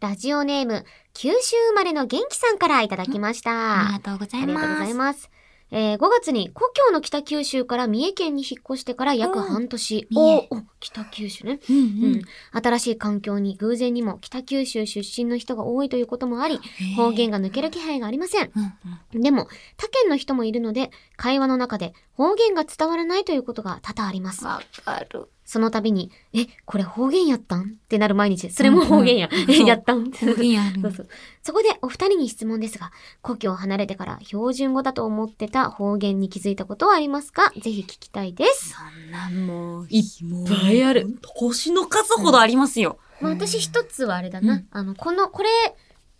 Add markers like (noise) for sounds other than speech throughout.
ラジオネーム、九州生まれの元気さんからいただきました。ありがとうござあいりがまとうございす。ます。えー、5月に故郷の北九州から三重県に引っ越してから約うん半年。三重おお北九州ね、うんううん。新しい環境に偶然にも北九州出身の人が多いということもあり、ん方言が抜ける気配がありません。うんうんでも、他県の人もいるので、会話の中で方言が伝わらないということが多々あります。わかる。その度に、え、これ方言やったんってなる毎日。それも方言や。うんうんそう (laughs) やったん方言やそうる。そうそこでお二人に質問ですが、故郷を離れてから標準語だと思ってた方言に気づいたことはありますかぜひ聞きたいです。そんなもう、いっぱいある。星の数ほどありますよ。まあ、私一つはあれだな。うんあの、この、これ、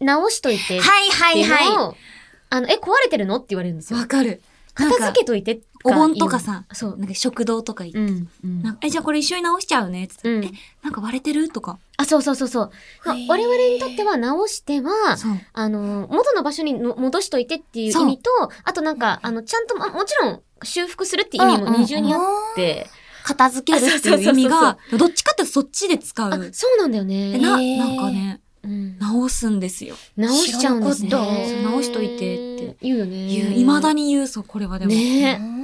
直しといて。はいはいははい。あの、え、壊れてるのって言われるんですい。よ。わかる。片付けけといてがお盆とかさいいのそう。なんか食堂とか行うって。ん。うんなんかえ、じゃあこれ一緒に直しちゃうねつって。うんえ、なんか割れてるとか。あ、そうそうそうそう。まあへー我々にとっては直しては、そう。あの、元の場所にの戻しといてっていう意味と、あとなんか、あの、ちゃんと、まあもちろん修復するっていう意味も二重にあって、片付けるっていう意味が、どっちかってそっちで使あう。、そうなんだよでね。な、へーなんかね、うん直すんですよ。直しちゃうんですね知らなかったそう直しといてって。言うよね。言う、未だに言う、そう、これはでも。ねえ。う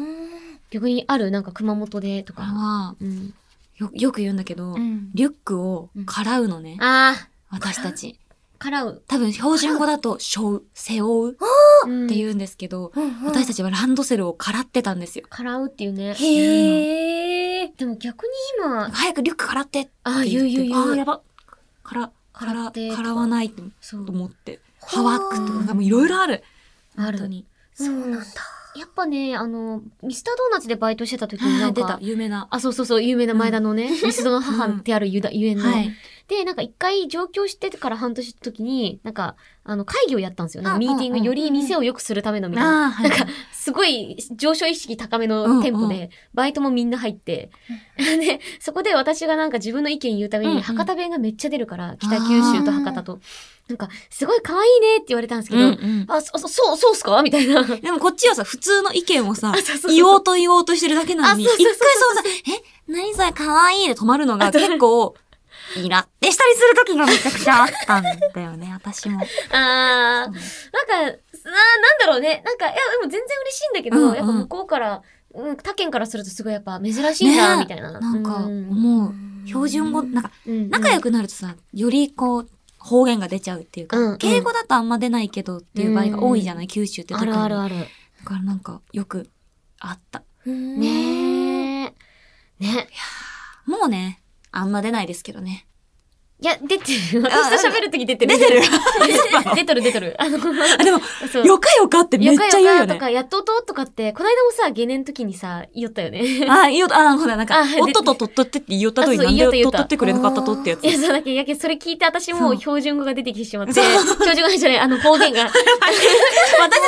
逆にある、なんか熊本でとこれか。は、うん。よ、よく言うんだけど、ん。リュックを払うのね、ああ、私たち。からう。多分、標準語だと、背負う、背負うっって言う。うんですけど、私私たたち。ちはランドセルをからってたんですよ。からうっていうね。へえ。でも逆に今、早くリュックからってってあ言う言って言う言うあーやば。から、かかららって、からわないとそう思って。ハほうワックとか、なんかもういろいろある。あ本当る。に。そうなんだ。やっぱね、あの、ミスタードーナツでバイトしてた時にはないん出か、た、有名な。あ、そうそうそう、有名な前田のね、ミスドの母ってあるゆだゆえんの。はい。で、なんか一回上京してから半年の時に、なんか、あの、会議をやったんですよ。なんかあミーティンうんうグ、んより店を良くするためのみたいな。ああ、はい。なんか、すごい上昇意識高めの店舗うんうで、バイトもみんな入って。 (laughs) で、そこで私がなんか自分の意見言うためうんうに、ん博多弁がめっちゃ出るから、北九州と博多と。なんか、すごい可愛いねって言われたんですけうど、んうんあ、そ、 (laughs) そそう、そうっすかみたいな。 (laughs) でもこっちはさ、普通の意見をさあ、そうそうそう言おうと言おうとしてるだけなのに、あそ一うそうそう回そのさ、え、何それ可愛いで止まるのが結構、イラってしたりする時がめちゃくちゃあったんだよね、私も。あー、なんか、な、なんだろうね。なんか、いや、でも全然嬉しいんだけど、うんうんやっぱ向こうから、うん、他県からするとすごいやっぱ珍しいな、ねみたいな。なんか、うん思う。標準語、なんか、仲良くくなるとさ、よりこう、方言が出ちゃうっていうか、うんうん敬語だとあんま出ないけどっていう場合が多いじゃない、九州ってあ特に。るあるある。だからなんか、よくあった。ねえ。ね。もうね、あんま出ないですけどね。いや、出てる。私と喋るとき出てる。出てる (laughs) 出てる出てる。あの、あ、でも、そう。よかよかってめっちゃ言うよとね。か、やっとととかって、この間もさ、下年の時にさ、言ったよね。いあ、いいよ、あ、なんか、なんかあ、でおっとっとっとっとってって言おったとにあそなうんで言おうと言とおうっととってくれなかったとってやつ。や、そうだけど、やけそれ聞いて私もそうう標準語が出てきてしまって、標準語じゃない、あの方言が。私た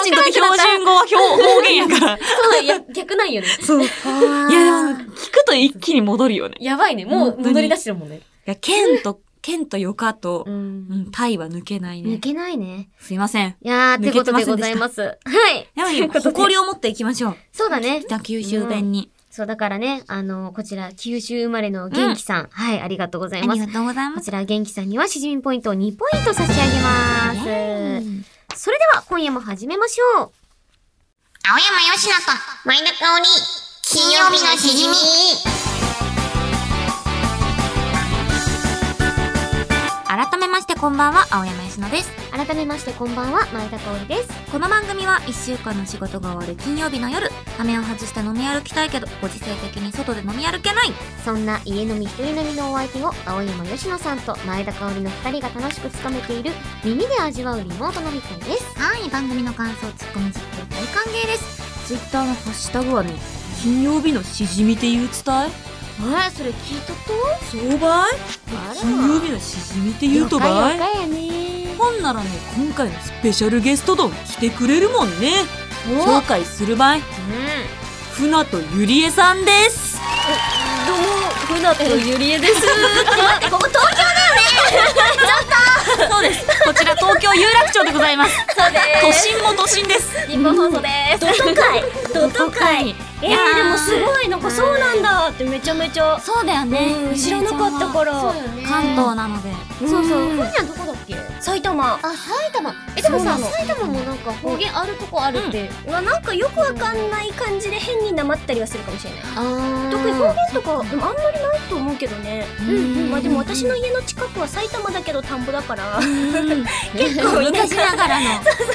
ちにとって標準語は標方言やから。そう、や、逆なんよね。そう。いや、でも、聞くと一気に戻るよね。いやばいね。もう本当に戻り出してるもんね。。や、剣と、剣とよかと、うんん、タイは抜けない抜ね。けないね。すいません。いやー、ってことでございます。はい。やはといり、うことで誇りを持っていきましょう。そうだね。北九州弁に。そう、だからね、あの、こちら、九州生まれの元気さん。はい、ありがとうござあいまりすが。とうございこます。ちら、元気さんには、しじみポイントを2ポイント差し上げます。それでは、今夜も始めましょう。青山よしなと、前田香織、金曜日のしじみ。改めまして、こんばんは、青山よしのです。改めまして、こんばんは、前田香織です。この番組は1週間の仕事が終わる金曜日の夜、羽目を外して飲み歩きたいけど、ご時世的に外で飲み歩けない。そんな家飲み一人飲みのお相手を青山佳乃さんと前田香織の2人が楽しく務めている耳で味わうリモート飲み会ですはい、番組の感想、ツッコミ実況大歓迎です。ツイッターのハッシュタグはね、金曜日のしじみて言う伝えあれそれ聞いとっとそうばいあら金曜日のしじみて言うとばいよかよかやねほんならね、今回のスペシャルゲストどん来てくれるもんね。紹介するばい、う船とゆりえさん (laughs) です。どうも船とゆりえですここ東京だよねちょっとそうです。こちら東京有楽町でございます。そう都心も都心です。日本放送です。ドト会ドト会えー、いやーでもすごいなんかそうなんだってめちゃめちゃ、そうだようん、知らなかったからそうよね関東なので。そうそううふんみゃんどこだっけ埼玉あ埼玉えでもさそうなの埼玉もなんか方言あるとこあるって、うわなんかよくわかんない感じで変になまったりはするかもしれないあー特に方言とかでもあんまりないと思うけどねうんまあでも私の家の近くは埼玉だけど田んぼだから (laughs) 結構昔ながらの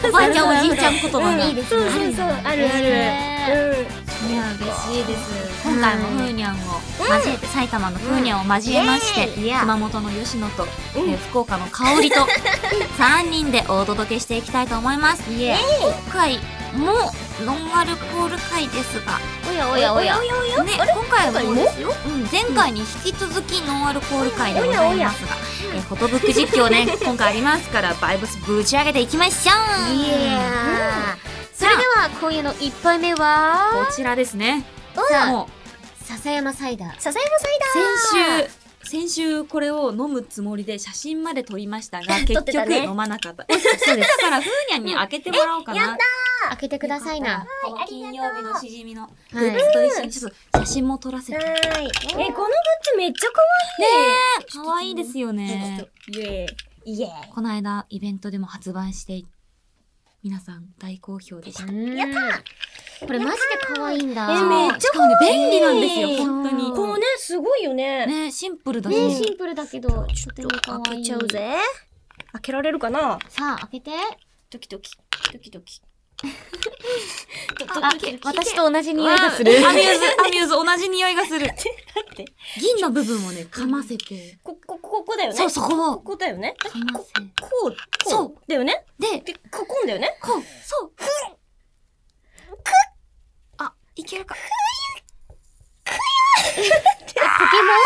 おばあちゃんおじいちゃん言葉が。うんいそうそうそうあるある、や嬉しいです。今回もふーにゃんを交えて埼玉のふーにゃんを交えましてイエーイいや熊本の吉野とえうんー福岡の (laughs) 香りと3人でお届けしていきたいと思います。いえ今回もノンアルコール会ですが、おやおやおやね、今回はもうですよ、うん、前回に引き続きノンアルコール会でございますが、えー、フォトブック実況ね、今回ありますから、バイブスぶち上げていきましょういやそれでは今夜の一杯目はこちらですね。さあも笹山サイダー笹山サイう、先週、先週これを飲むつもりで写真まで撮りましたが、結ってた局ね飲まなかった。そうです。だから、ふーにゃんに開けてもらおうかな。やっ開けてくださいな。この金曜日のしじみのグはいッズと一緒に、ちょっと写真も撮らせて。ねダーはいえこのグッズめっちゃえ、かわいいですよね。可愛いイエーイイエーイこの間イベントでも発売して皆さん大好評でした。やったこれマジで可愛いんだえめちゃっ可愛い、しかもね便利なんですよ本当こうねすごいよねに。ねシンプルだし、ねシンプルだけど本当に可開愛けいちゃうぜ開けられるかなさあ開けてドキドキドキドキあ私と同じ匂いがするアミューズアミューズ同じ匂いがする。銀の部分をね噛ませて、ここここだよねそうそここをこだよね噛まこせこうこうそうだよねででここんだよねこうそうふんくあいけるか。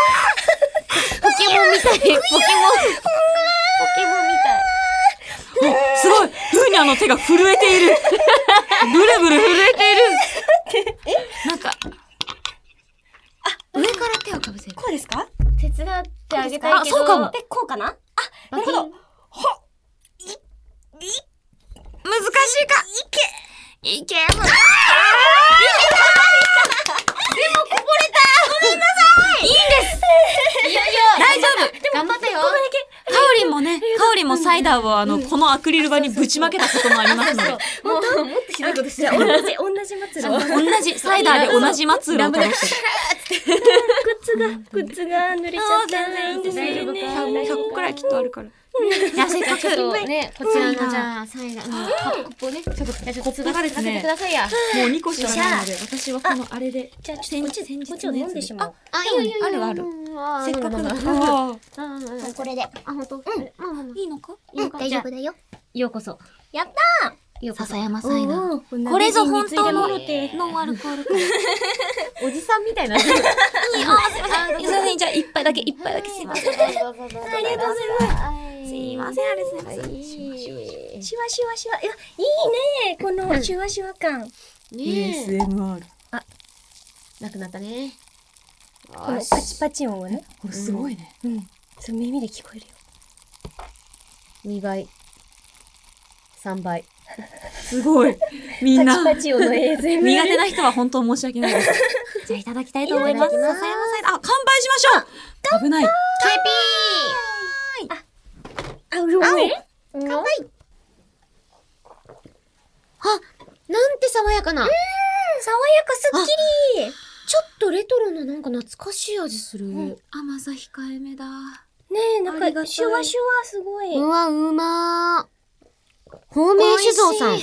ポケモンみたいポケモポケモンみたいすごいふーにゃんの手が震えているブルブル震えているなんか、あ、上から手をかぶせる。こうですかン手伝ってあげたいあ、けどそうかも。でこうかなバなるキほンど難しいかいけいけむあーいけたでもこぼれたごめんなさいいいんですいやいや大丈夫頑張ったよカオリンもね、カオリンもサイダーをあの、このアクリル板にぶちまけたこともありますので、もうもっとひどいことして同じ同じ松の同じ、サイダーで同じ松浦を倒してる。靴が靴が濡れちゃったんです大丈夫か100個くらいきっとあるから。いや、せっかく、ちょっともね、こちらのじゃあ、サイダー、うんコップをね、ちょっと、じゃあちょっと、つがせてくださいや。う2個しかないので、私はこのあれで、じゃあちょっとこっちこっちを飲んでしまおうあ、いいよいいよ。あるあるうん。せっかくだ。の。うんうんうんこれで。あ、ほんとうん。まあまあまいいのかあ。よか大丈夫だよ。ようこそ。やったようこそ。笹山サイダー。ーこれぞ本当のおじノンアルコール感。おじさんみたいな。すいません、じゃあ一杯だけ、一杯だけすいません。ありがとうございます。すいません、あれすいません。いシュワシュワシュワいやいいねこのシュワシュワ感い。ねえ。 ASMR。なくなったね。このよしパチパチ音をねこれすごいね。うんそう耳で聞こえるよ2倍。3倍。すごい。みんな。パチパチ音の ASMR 苦手な人は本当申し訳ないです。じゃあいただきたいと思います。いただきま笹す山さん、あ、乾杯しましょう危ない。タイあうるおいピー乾杯あ、なんて爽やかな。爽やかすっきりちょっとレトロななんか懐かしい味する。甘さ控えめだ。ねえなんかシュワシュワすごいうわ、うまー。方面酒造さん。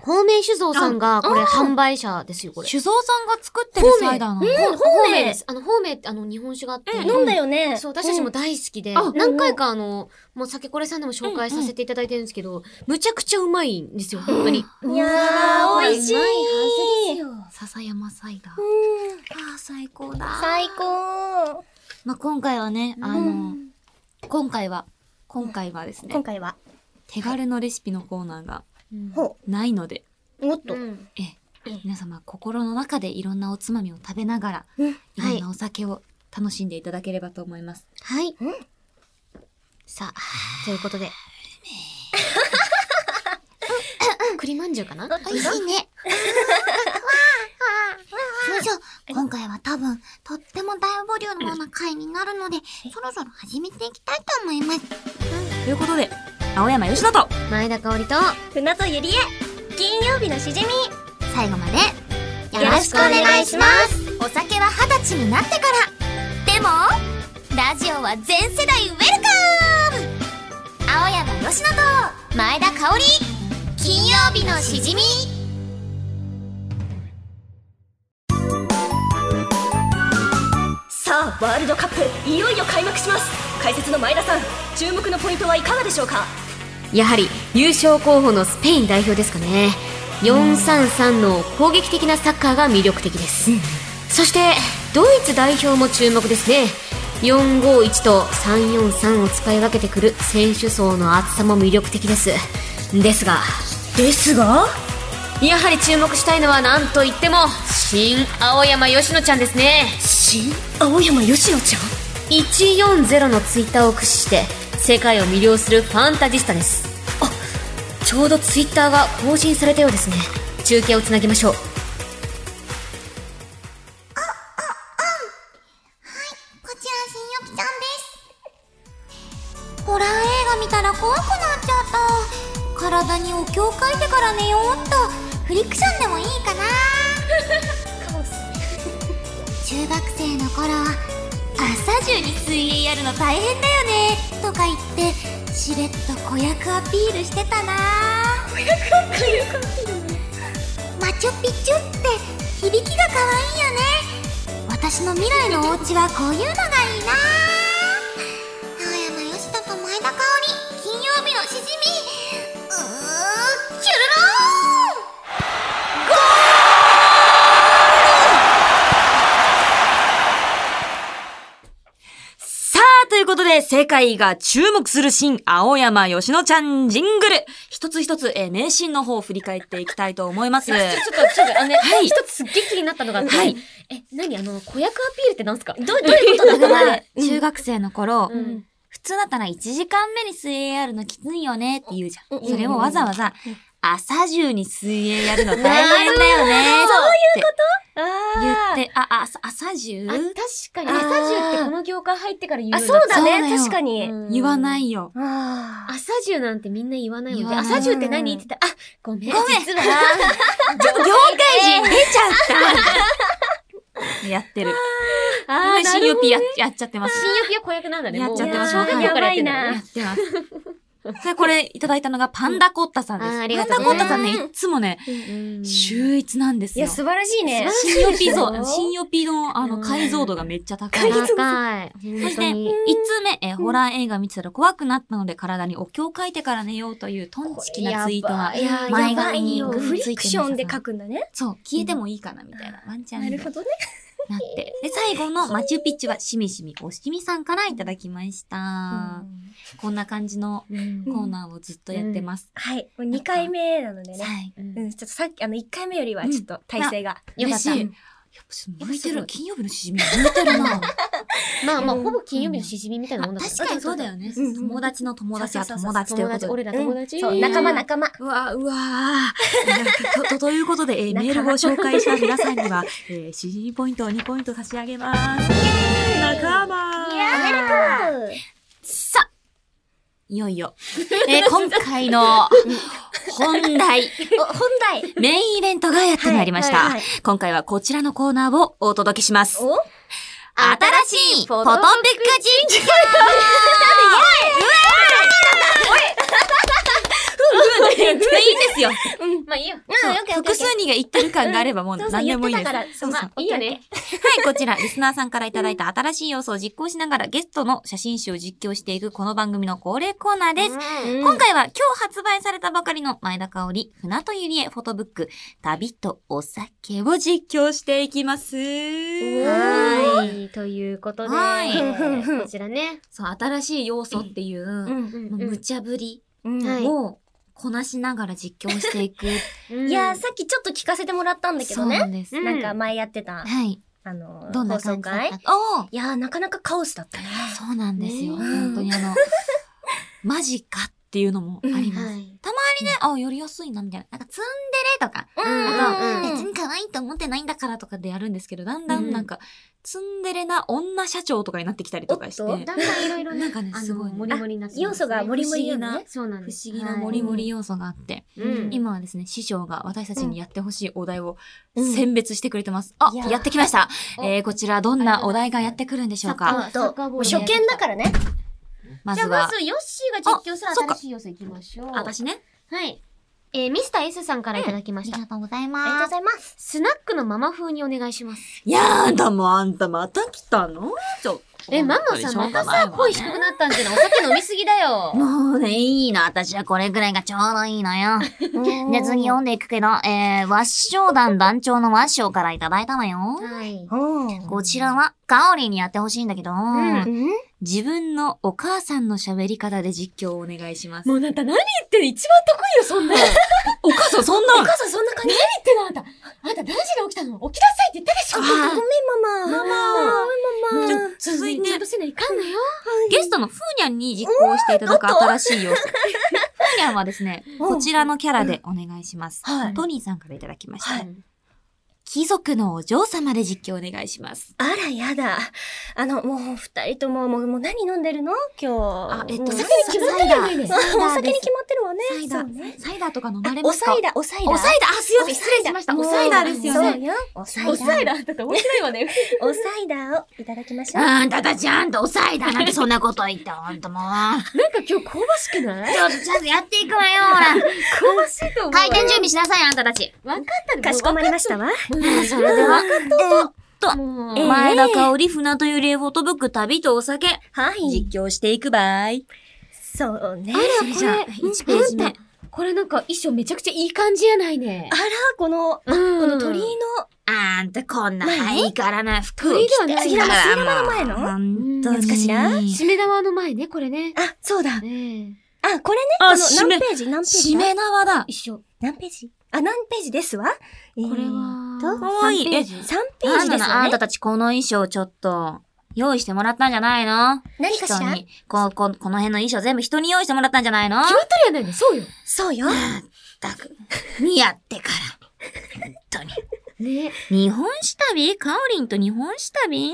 方面酒造さんが、これ、販売者ですよ、これ。酒造さんが作ってるサイダーなの。ほ方面方面です。あの、方面って、あの、日本酒があって。飲んだよねそう、私たちも大好きであ、何回かあの、もう酒これさんでも紹介させていただいてるんですけど、むちゃくちゃうまいんですよ、本当に。いやー美味しいこれうまいはずですよ。笹山サイダー。うんああ、最高だ。最高まあ、今回はね、あの、今回は、今回はですね今、回は手軽のレシピのコーナーがうんほないので、おっとうんええ、皆様心の中でいろんなおつまみを食べながら、うんいろんなお酒を楽しんでいただければと思います。はいうん。 (laughs) さあ、ということで。栗まんじゅうかな美味しいね。わあ少々、今回は多分、とっても大ボリュームな回になるので、そろそろ始めていきたいと思います。ということで、青山吉田と、前田香織と、船とゆりえ金曜日のしじみ最後まで、よよろろししくくおお願願いいししま。ますお酒は二十歳になってから。でも、ラジオは全世代ウェルカム青山吉野と、前田香織、金曜日のしじみ。さあワールドカップいよいよ開幕します解説の前田さん注目のポイントはいかがでしょうかやはり優勝候補のスペイン代表ですかね。433の攻撃的なサッカーが魅力的です。そして、ドイツ代表も注目ですね。451と343を使い分けてくる選手層の厚さも魅力的です。ですが、ですがやはり注目したいのは何といっても、新青山吉野ちゃんですね。新青山吉野ちゃん140のツイッターを駆使して世界を魅了するファンタジスタですあちょうどツイッターが更新されたようですね中継をつなぎましょうこちら新予備ちゃんです。ホラー映画見たら怖くなっちゃった。体にお経を書いてから寝ようっと。フリクションでもいいかな。中学生の頃は朝中に水泳やるの大変だよねとか言ってしれっと子役アピールしてたな子役子役アピールマチュピチュって響きが可愛いよね私の未来のお家はこういうのがいいな青山吉高前田香織金曜日のしじみうーシュルローンさあ、ということで、世界が注目する新青山吉野ちゃんジングル。一つ一つ、えー名シーンの方を振り返っていきたいと (laughs) 思います。ちょっとちょっとあのね、はい一つすっげえ気になったのがあって、はいえ何あの子役アピールってなんすかどどうといういうことだから、中学生の頃、うん普通だったら1時間目に水泳やるのきついよねって言うじゃうんうん。んそれをわざわざ、朝中に水泳やるの大変だよね。そういうこと言って、あ、あ朝朝中あ確かにあー朝中ってこの業界入ってから言うあよそにうなっただそうだねよ確かに、うん言わないよ。ああ朝中なんてみんな言わないもんね言わない朝中って何って言ったらあごめんごめん実は業界人出ちゃった。 (laughs) やってる。あーな新る予ほど備ややっちゃってます。新予備は子役なんだねやっちゃってますもう小学校からやってんだねやばいなやってます。それこれいただいたのがパンダコッタさんです。うんあパーあンりがダとうねコッタさんね、いっつもね、うん秀逸なんですいよ。や素晴らしいね新予備そう像、新予備のあの解像度がめっちゃ高い。そ高い。本して、当一に。通目、えーホラー映画見てたら怖くなったので体にお経を書いてから寝ようというトンチキなツイートがいやー前やば髪いによグフフついてましたリクションで書くんだねそう、消えてもいいかなみたいな。ワンチャンなみたいなるほどねなって。で、最後のマチュピチュはしみしみおしみさんからいただきました。こんな感じのコーナーをずっとやってます。はいもう2回目なのでねはい。うん、ちょっとさっき、あの、1回目よりは、ちょっと体勢が。よかった嬉しい。やっぱ向いてやっる。ぱ金曜日のしじみ向いてる (laughs) な。まあまあ、ほぼ金曜日のしじみみたいなもんだから確かにそうだよね。うん友達の友達は友達とい友うこ達、とで。俺ら友達。そう、仲間仲間。うわ、うわーととということで、え (laughs) ーメールを紹介した皆さんには、えー、しじみポイントを2ポイント差し上げます。仲間さあいよい (laughs) よ。えー今回の本 (laughs) 題、お、本題。メインイベントがやってまいりました。はいはいはい今回はこちらのコーナーをお届けします。お新しいポトンビック人事 (laughs) い (laughs) いですよ。まあいいよ。複数人が言ってる感があればもう何でもいいです。そうそうまあいいよね。はい、こちら、リスナーさんからいただいた新しい要素を実行しながら、ゲストの写真集を実況していくこの番組の恒例コーナーです。今回は今日発売されたばかりの前田香織、船とゆりえフォトブック、旅とお酒を実況していきます。はーい。ということで、はいふんふんふん (laughs) こちらね。そう、新しい要素っていう、うん。もう無茶ぶりうん。はいをこなしながら実況していく。いやー、さっきちょっと聞かせてもらったんだけそどうなね。んです。うんなんか前やってた、はい。あのー、どんな放送感じだっ会たか。おーいやー、なかなかカオスだったね。そうなんですよ。ね (laughs) 本当にあの、マジかっていうのもあります。い。たまにね、あ、やりやすいな、みたいな。なんか、ツンデレとか、うんあと、別に可愛いと思ってないんだからとかでやるんですけど、だんだんなんか、ツンデレな女社長とかになってきたりとかして、おっだんだんいろいろなんかね、あ (laughs) すごのいね、モリモリになって要素がモリモリなのね。そうなん不で思す議なモリモリ要素があって、うん今はですね、師匠が私たちにやってほしいお題をうん選別してくれてます。いやあ、ーやってきました。おえー、こちらどんなお題がやってくるんでしょうあか。サッカーボール初見だからね。まじゃずあまは、ずヨッシーが実況するあそっか新しい要素いきましょうあ私ね、はいえーミスター S さんからいただきました、とうございありがとうごます。ざいます。スナックのママ風にお願いしますいやー、だもあんたまた来たのちょっとえマモさんまたさ声低くなったんじゃないお酒飲みすぎだよもうね、いいな。私はこれぐらいがちょうどいいのよ。 (laughs) で、次読んでいくけど、えー、和尚団団長の和尚からいただいたのよ。はいこちらは、カオリンにやってほしいんだけど、ん自分のお母さんの喋り方で実況をお願いします。もうなんか何言ってんの一番得意よ、 (laughs) そんな。おお母さんそんな母さんそんな感じ。何言ってんのあんた。あんた何時に起きたの起きなさいって言ったでしょ。あごめん、ママ。ママ。ちょ続いて、潰せないかんのよ。ゲストのふーにゃんに実行していただく新しい (laughs) 要素。ふーにゃんはですね、こちらのキャラでお願いします。はいトニーさんからいただきました。はい貴族のお嬢様で実況お願いします。あら、やだ。あの、もう、二人とも、もう、もう何飲んでるの今日。あえっとお酒に決まってるわね。サイダーうんお酒に決まってるわね。サイダーそうね。サイダーとか飲まれおますかサイダー、おサイダー。おサイダーあ、すいません、失礼しました。おサイダーですよね。そうよ。おサイおサイダー。ダーとか面白いわね。おサイダーをいただきましょう。あんたたちあんたおサイダーなんてそんなこと言って、ほんと (laughs) もう。なんか今日香ばしくないちょっとちゃんとやっていくわよ、ほら。香ばしいと思う。回転準備しなさい、あんたたち。分かったかしこまりましたわ。それでは、もうえー前田香織、船と揺れ、フォトブック、旅とお酒、はい。実況していくばい。そうね。それじゃあ、1ページ目。これなんか衣装めちゃくちゃいい感じやないねあら、この、ここの鳥居の、あんたこんなハイカラな服を鳥着ではてない杉だ玉、杉もう玉の前のあ、本当に。懐かしいな締め縄の前ねこれねそうだ。あ、こねれね、こあ締の、め何ページ何ページしめ縄だ。一緒。何ページあ、何ページですわ。えーこれはと、かわいい。え、 3ペーあジんでたすのわあんねた。たちこの衣装ちょっと、用意してもらったんじゃないの何かし人らに。こう、こう、この辺の衣装全部人に用意してもらったんじゃないの決まってるやないねそうよそうよ。ったく。似合ってから。本当に。ね日本酒旅カオリンと日本酒旅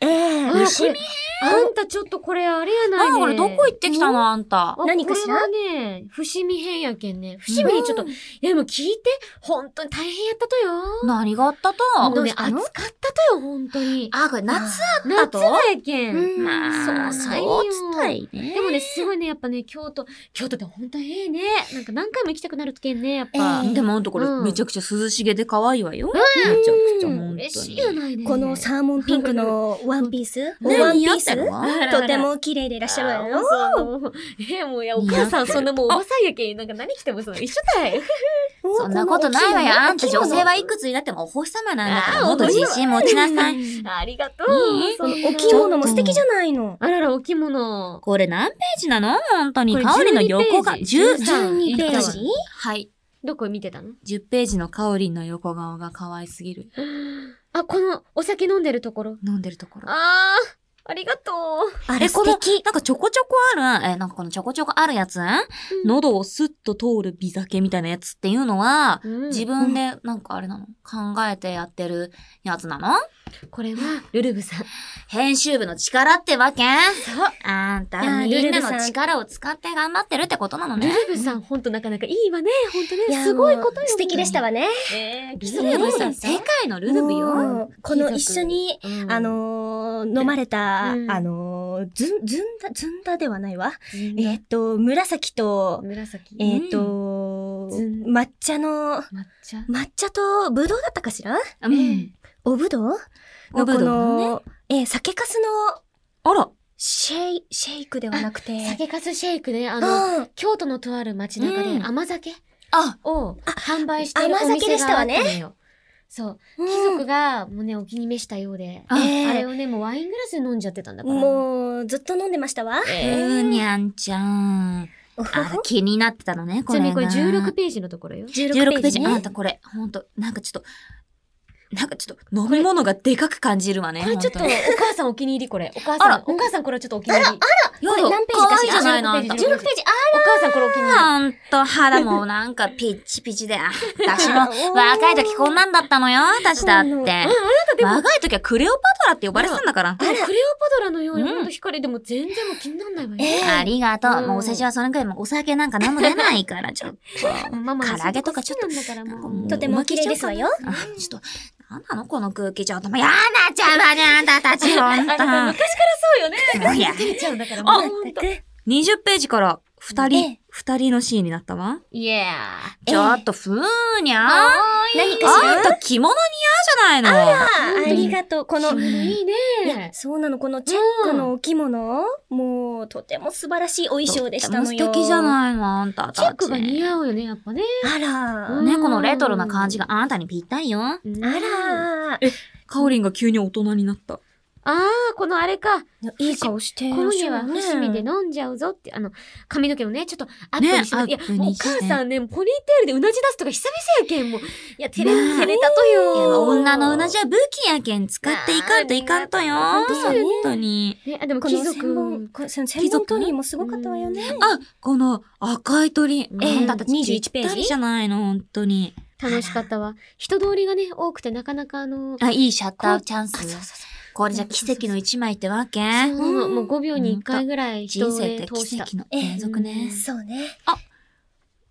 ええあこれあんたちょっとこれあれやないなんねかこれどこ行ってきたのあんた。あ何かしらこれはね、伏見編やけんね。伏見にちょっと、いやでも聞いて、本当に大変やったとよ。何があったと本当にであ暑かのったとよ、本当に。あ、これ夏あ夏と場やけん。うんまあ、そうそなうんよつったいね。でもね、すごいね、やっぱね、京都、京都って本当ええね。なんか何回も行きたくなるけんね、やっぱ。ええでもほんとこれうんめちゃくちゃ涼しげで可愛いわよ。めうんちゃくちゃ本嬉しい当やに。ないね。このサーモンピンクのワンピースおねワンピ似合ーってスるわとても綺麗でいらっしゃるわよ。あそうなのええもういや、お母 (laughs) さん、そんなもうおばさんやけん、なんか何着てもその一緒たい。そんなことないわよ。あんた女性はいくくつになってもお星様なんだかあら、ーもっと自信持ちなさい。 (laughs) ありがとういい。そんなお着物も素敵じゃないの。あらら、お着物。これ何ページなの本当に。これ香りの横が、 12 10、ページ12ページはい。どこ見てたの10ページのカオリンの横顔が可愛すぎる。あ、このお酒飲んでるところ。飲んでるところ。あー、ありがとう。あえ、れ素この敵。、なんかちょこちょこある、え、なんかこのちょこちょこあるやつ、喉をスッと通る美酒みたいなやつっていうのは、うん自分でなんかあれなの考えてやってるやつなのこれは、ルルブさん。編集部の力ってわけそう。あんいやた、ーみんなルルのブさん力を使って頑張ってるってことなのルね。ルブさん、ほんとなかなかいいわね。ほんといね。やすごいことよ。素敵でしたわね。ね。ルルブさん、世界のルルブよ。もうこの一緒に、うんあ、のー飲まれた、うんあのーずん、ずんだ、ずんだではないわ。ええっと、紫と、紫。えっと、ずん抹茶の、抹茶。抹茶とぶどうだったかしらうん。おぶどうおぶどうののこの、えー酒粕のあら、シェイ、シェイクではなくて。酒かすシェイクね、あの、うん京都のとある町中うでん甘酒あを販売しているお甘酒店でしがたあったわのねよ。そう。貴族が、もうね、お気に召したようで。うんえーあれをね、もうワイングラスで飲んじゃってたんだから。もう、ずっと飲んでましたわ。うーにゃんちゃん。おほあほ、気になってたのね、こちなれみが。にこれ16ページのところよ。 16ペ16ペーージジ、ねあんたこれ、ほんと、なんかちょっと、なんかちょっと飲み物がでかく感じるわね。これちょっとおほん母さんお気に入りこれ。お母あさんら、お母さんこれはちょっとお気に入り。と、やだ何ページかしら可愛いじゃないの、あん16ペたージ。 16ページ、あお母さんこれお気に入り。ほんと、肌もなんかピッチピチ (laughs) で。私も若い時こんなんだったのよ、私だうっんうんあてな。若い時はクレオパトラって呼ばれてたんだから。あれ、クレオパドラのように、ほんと光でも全然もう気にならないわよ。ありがとうう。んもうお世辞はそれくらいもうお酒なんか何も出ないから、ちょっと。ママ唐揚げとかちょっとそういうとこ好きなんだからもうもうとてもお綺麗ですわよあ、ちょっと、なんなのこの空気ちょっと。もうやなちゃうわね、あんたたち、ほんと。そうよね。いや、見ちゃうんだからあ、もう。ほんと。 20ページから2え人、2人のシーンになったわ。いやちょっと、ふーにゃー。何かしらあんた着物似合うじゃないの。ありがとう。この、ー。いいねいや、そうなの、このチェックのお着物、もう、とても素晴らしいお衣装でしたのよ。とっても素敵じゃないの、あんたたち。チェックが似合うよね、やっぱね。あら、うんね、このレトロな感じがあんたにぴったりよ。あら。あら、カオリンが急に大人になった。あー、このあれか。いい顔してらっ今し夜ゃはるね伏見で飲んじゃうぞって、あの、髪の毛をね、ちょっとアップにして、ねいやアップ、もうおにして母さんね、ポニーテールでうなじ出すとか久々やけん、もう。いや、照れ、ね照れたといやよ。女のうなじは武器やけん使っていかんといかんとよ。あー本本当そうね当に。ね、あ、でもこ貴の専門族。、こその専門鳥居もすごかったわよね。あ、この赤い鳥。えあんたたち21ペぴっージたりじゃないの、本当に。楽しかったわ。人通りがね、多くてなかなかあの、あ、いいシャッターチャンス。そうそうこれじゃ奇跡の一枚ってわけそうなのもう5秒に1回ぐらい人人を生っねて通し奇た。跡の連続ね。そうね。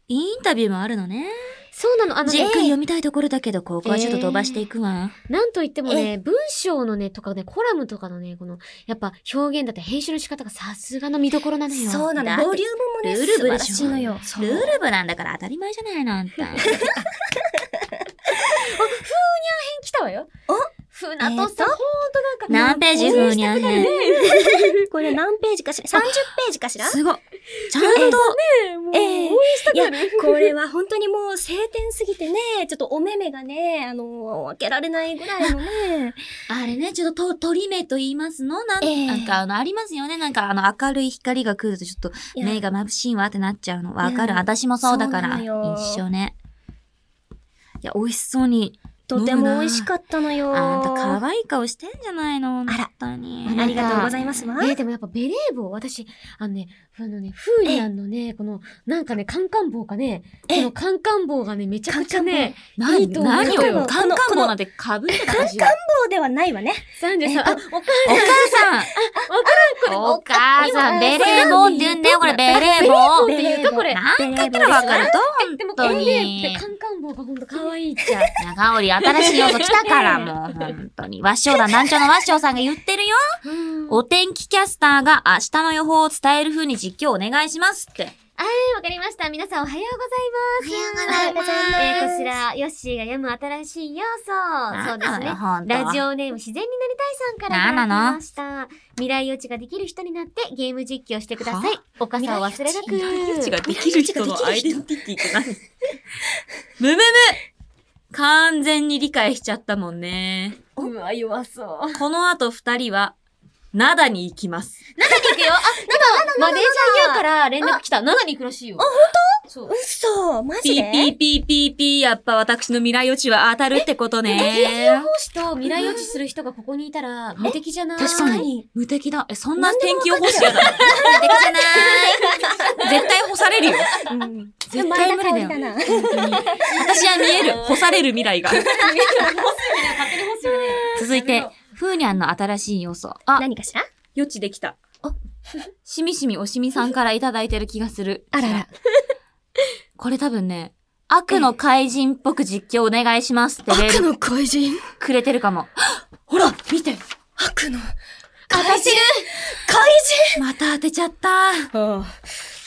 インタビューもあるのね。そうなの、あのじっねくり、読みたいところだけど、ここはちょっと飛ばしていくわ。なんといってもね、文章のね、とかね、コラムとかのね、この、やっぱ表現だって編集の仕方がさすがの見どころなのよ。そうなだっの。てボリュームもね、ルール素部晴でらしょしい (laughs) のよ。ルール部なんだから当たり前じゃないの、あんた。来たわよ。お船戸さん、ほんとなんか、何ページ風にゃんね。これ何ページかしら ?30 ページかしらすごい。ちゃんと、ええしたいや、これは本当にもう晴天すぎてね、ちょっとお目目がね、あの、開けられないぐらい (laughs) のね。あれね、ちょっとと鳥目と言いますのなん,、ええなんかあの、ありますよね。なんかあの、明るい光が来るとちょっといや目が眩しいわってなっちゃうの。わかる。うん私もそうだかそうら。なのよ一緒ね。いや、美味しそうに。とても美味しかったのよ。あんた可愛い顔してんじゃないの。あら本当に。ありがとうございますわ。えーでもやっぱベレー帽、私、あのね、あのね、フーニャンのね、この、なんかね、カンカン帽かね、このカンカン帽がね、めちゃくちゃね、い何いと思う何をよ。カカンンカカン帽ン帽なんて被ってた私はそうではないわね。 33、あ、お母お母さん。お母さん、ベレー帽って言うんだよ、これ、ベレーさん帽っ。て言うとこれ、なんかったらわかると、でも本こ当れにね、。カンカン帽がほんと可愛いじゃん。 (laughs) 中織、新しい要素来た (laughs) から、もう、本当に。和尚だ、南朝の和尚さんが言ってるよ。おお天気キャスターが明日の予報を伝える風に実況お願いしますって。わかりました。皆さんおはようございます。おはようございますえーこちら、ヨッシーが読む新しい要素。そうですね。ララジジオ。オネーム自然になりたいさんからいただきました。未来予知ができる人になってゲーム実況してくださいは。お傘を忘れなく。できる人のアイデンティティって何むむむ完全に理解しちゃったもんね。うわ、弱そう。まこの後二人は、灘に行きます。マネージャー言うから連絡来た。7に行くらしいよ。嘘マジピでーピーピーピーピー、やっぱ私の未来予知は当たるってことね。講師と未来予知する人がここにいたら無敵じゃない確かに。無敵だ。え、そんな天気予報士やだ。無敵じゃない。絶対干されるよ。絶対無理だよ。な。私は見える。干される未来が。 (laughs) 続いて、ふーにゃんの新しい要素。あ、何かしら予知できた。しみしみおしみさんからいただいてる気がする。あらら。これ多分ね、悪の怪人っぽく実況お願いしますってメールの怪人くれてるかも。 (gasps) ほら見て悪の怪人怪また当てちゃった。人ああ。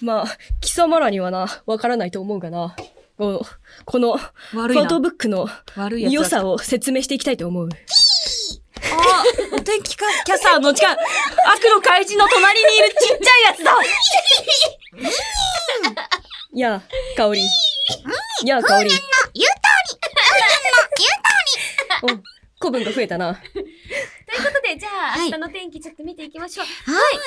まあ、貴様らにはな、わからないと思うがな。こうこの、フ悪いォな。トブックの悪いやつだ。良さを説明していきたいと思う。あお天気か、キャスターの時間、悪の怪人の隣にいるちっちゃいやつだやあ、香り。やあ、香り。言う (laughs) うん古文が増えたな。ということで、じゃあ、はい明日の天気ちょっと見ていきましょう。は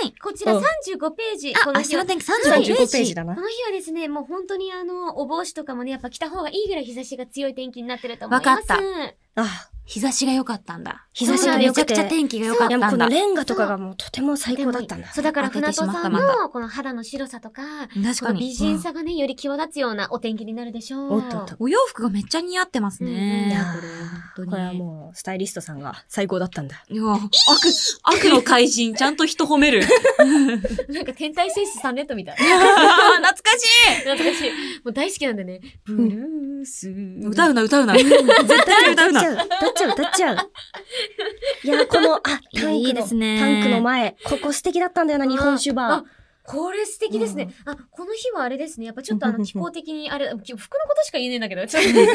い。こちらう35んページ。あ、こ明の日日はの天気はい35ペー35ページジ。だなこ。の日はですね、もう本当にあの、お帽子とかもね、やっぱ着た方がいいぐらい日差しが強い天気になってると思いわます。かったうん。あ、日差しが良かったんだ。日差しが良くてめちゃくちゃ天気が良かっいやもたうこんだの。レンガとかがもうとても最で高もだったんだ。そう、だから当て船て戸しまったさんまたのこの肌の白さとか、確こかのに。美人さがね、より際立つようなお天気になるでしょう。おっとっと。うん。お洋服がめっちゃ似合ってますうんうね。んいやーこれ、本当に。これはもう、スタイリストさんが最高だったんだ。いや、悪、悪の怪人、ちゃんと人褒める。なんか天体戦士サンレッドみ (laughs) たい。懐かし私、もう大好きなんだね。ブルース。い歌うな、歌うな。絶対歌う (laughs) な歌っちゃう、歌っちゃう。いやー、この、あ、タンいクいでの、すねタンクの前、ここ素敵だったんだよな、日本酒バあこれ素敵ですね。あ、この日はあれですね。やっぱちょっとあうんうんのうん気候的に、あれ、き服のことしか言えねえんだけど、ちょっめちゃ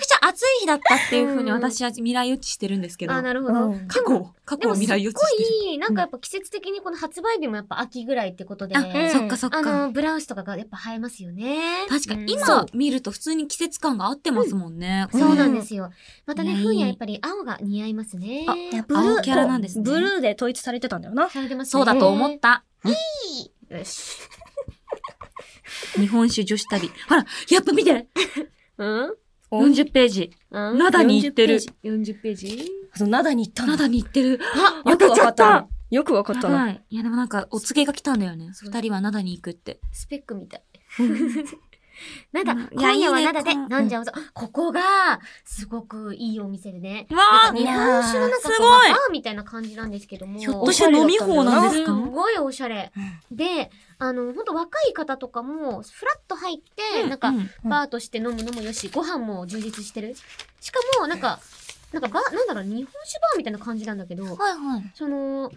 くちゃ暑い日だったっていうふうにうん私は未来予知してるんですけと。ど。あ、過なるほー。ど。うん去、過で去をもす未っご来予知してる。い、なんかやっぱ季節的にこの発売日もやっぱ秋ぐらいってことで、あ、んそっかそっあか。の、ブラウスとかがやっぱ映えますよね。確かうんに、今見ると普通に季節感が合ってますもんね。これそうなんですよ。またね、いやふんややっぱり青が似合いますね。あいやブル青ーキャラなんですね。ブルーで統一されてたんだよな。されてますねそうだと思った。よし。日本酒女子旅。ほら、やっぱ見てうんお !40 ページ。うん灘に行ってる。 40ページそう、灘に行ったんだ。灘に行ってる。あよくわかった当な。よくわかったな。はい。いや、でもなんか、お告げが来たんだよね。二人は灘に行くって。スペックみ (laughs) たい。なんうんいだ、や今夜はいいねなんだでこん飲んじゃうぞ。ここが、すごくいいお店でね。なわんかー日本酒のなんかこすうごいバーみたいな感じなんですけども。ひょっとして飲み放なんですすかごいおしゃれ。で、あの、ほんと若い方とかも、フラッと入って、なんか、バーとして飲むのもよし、ご飯も充実してる。しかも、なんか、なんかバー、なんだろう、日本酒バーみたいな感じなんだけど、はいはい。その、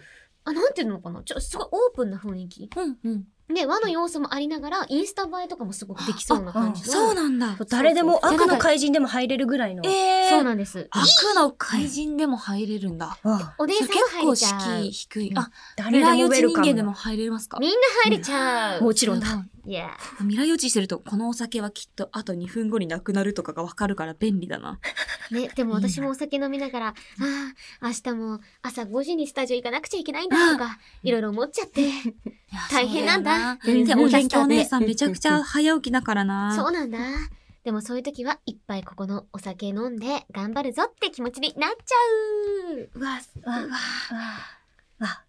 あ、なんていうのかなちょ、すごいオープンな雰囲気。うんうん。で、和の要素もありながら、インスタ映えとかもすごくできそうな感じの。そうなんだ。誰でもそうそう悪の怪人でも入れるぐらいの。ええ。そうなんです。悪の怪人でも入れるんだ。ああおでんさそんれも結構入れちゃう敷居。低い。あ、未誰で来も予ウェ知ル人カ間ムでもな。入れますかみんな入れちゃう。もちろんだ。。いや未来予知してると、このお酒はきっとあと2分後になくなるとかがわかるから便利だな。ね、でも私もお酒飲みながら、ああ、明日も朝5時にスタジオ行かなくちゃいけないんだとか、いろいろ思っちゃって。大変なんだいやそうよなで、うんお勉強お姉さんめちゃくちゃ早起きだからな。そうなんだ。でもそういう時はいっぱいここのお酒飲んで頑張るぞって気持ちになっちゃう。うわ、うわ、うわ、うわ。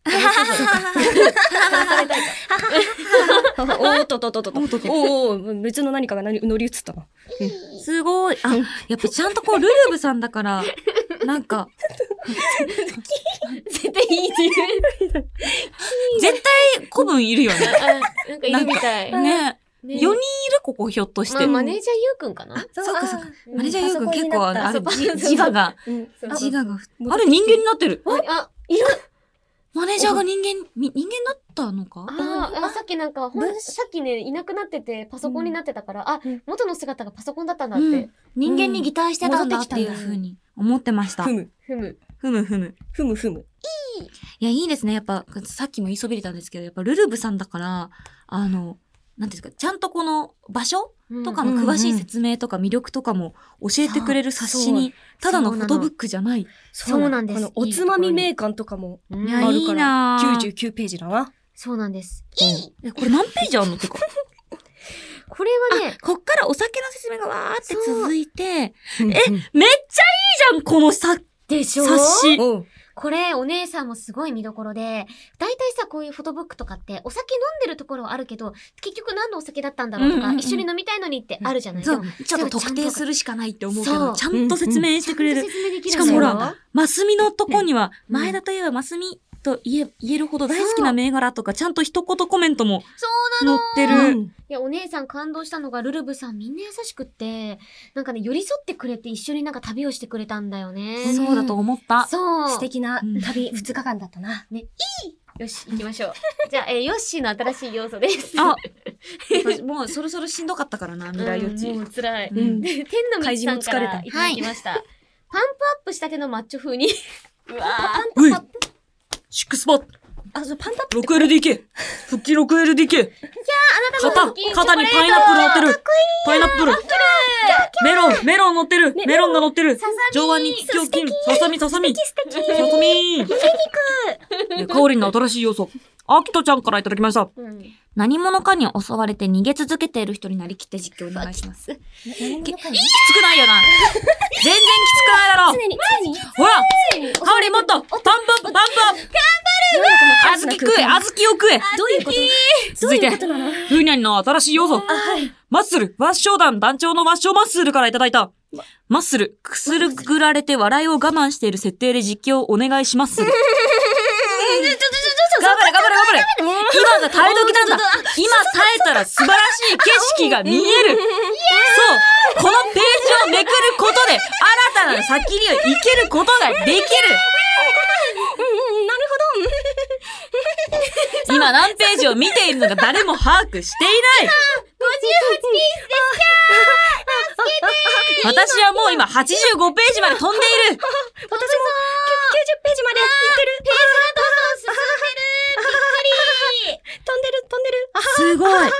おーっとっとっとっとっと。おーおー別の何かが何乗り移ったな。すごい。あ、やっぱちゃんとこう、ルルブさん (laughs) だから、なんか、絶対いいっていう。絶対古文いるよね。あなんかいるみたい。 (laughs) ね。 (laughs) ね4人いる、ここ、ひょっとしまあて。マネージャーゆうくんかなそうかそうか。あーマネージャーゆうくん結構あの、あれ、パソじコンになった自我が、うんそう自我が、うあれ人間になってる。あ、いるマネージャーが人間、み人間だったのかあーあ、さっきなんか、ほんさっきね、いなくなってて、パソコンになってたから、あうん、元の姿がパソコンだったんだっうてん。人間に擬態してたんだっていう戻ってきたんふだうに思ってましたふ。む、ふむ。ふむふむ。ふむふむ。いや、いいですね。やっぱ、さっきも言いそびれたんですけど、やっぱルルブさんだから、あの、なんていうんですか、ちゃんとこの場所とかも。の詳しい説明とか魅力とかも教えてくれる冊子に、ただのフォトブックじゃない。そうなんですあのおつまみ名鑑とかもういんや、あいるいかなぁ99ページだな。そうなんです。えこれ何ページあんのとか。これはね、こっからお酒の説明がわーって続いて、えめっちゃいいじゃん、このさでしょ冊子。おうこれ、お姉さんもすごい見どころで、大体さ、こういうフォトブックとかって、お酒飲んでるところはあるけど、結局何のお酒だったんだろうとうんうんか、うん一緒に飲みたいのにってあるじゃないそでうも、ちょっと特定するしかないって思うけそど、うちゃんと説明してくれちゃんと。る説明できしるかんだもよほら、マスミのとこには、うん前田といえばマスミと言え言えるほど大好きな銘柄とか、ちゃんと一言コメントもそうなの載ってうる。んいや、お姉さん感動したのが、ルルブさんみんな優しくって、なんかね、寄り添ってくれて一緒になんか旅をしてくれたんだよね。そうだと思った。そう。素敵なうん旅2日間だったな。よし、行きましょう。 (laughs) じゃあ、えーヨッシーの新しい要素です。あ、もうそろそろしんどかったからな、未来予うん知も。う辛い。うんうん (laughs) で、天の道さんからいただきました。パンプアップしたてのマッチョ風に。うわーういシックスパッあ、そう、パンタ 6LDK! 腹筋 6LDK! た肩の腹筋、肩にパイナップル乗ってるパイナップルメロン、メロン乗ってるメロンが乗ってる上腕に胸筋、ささみ、ささみささみえカオリンの新しい要素、アキトちゃんからいただきました。何者かに襲われて逃げ続けている人になりきって実況お願いします。ききつくないよな。全然きつくないだろ。常に、常に。ほらカオリンもっとパンパンパンパンあずき食えあずきを食えどういうことど続ういいてうことなのふーにゃんの新しい要素。マッスル、ワッショ団団長のワッショマッスルからいただいた。マッスル、くするぐられて笑いを我慢している設定で実況をお願いします。頑張れ頑張れ頑張れ今が耐え時なんだ今耐えたら素晴らしい景色が見えるそうこのページをめくることで新たな先に行けることができる今何ページを見ているのか誰も把握していない私はもう今85ページまで飛んでいる私も90ページまでいってる。ページがどんどん進んでる。びっくり。飛んでる、飛んでる。あすごいい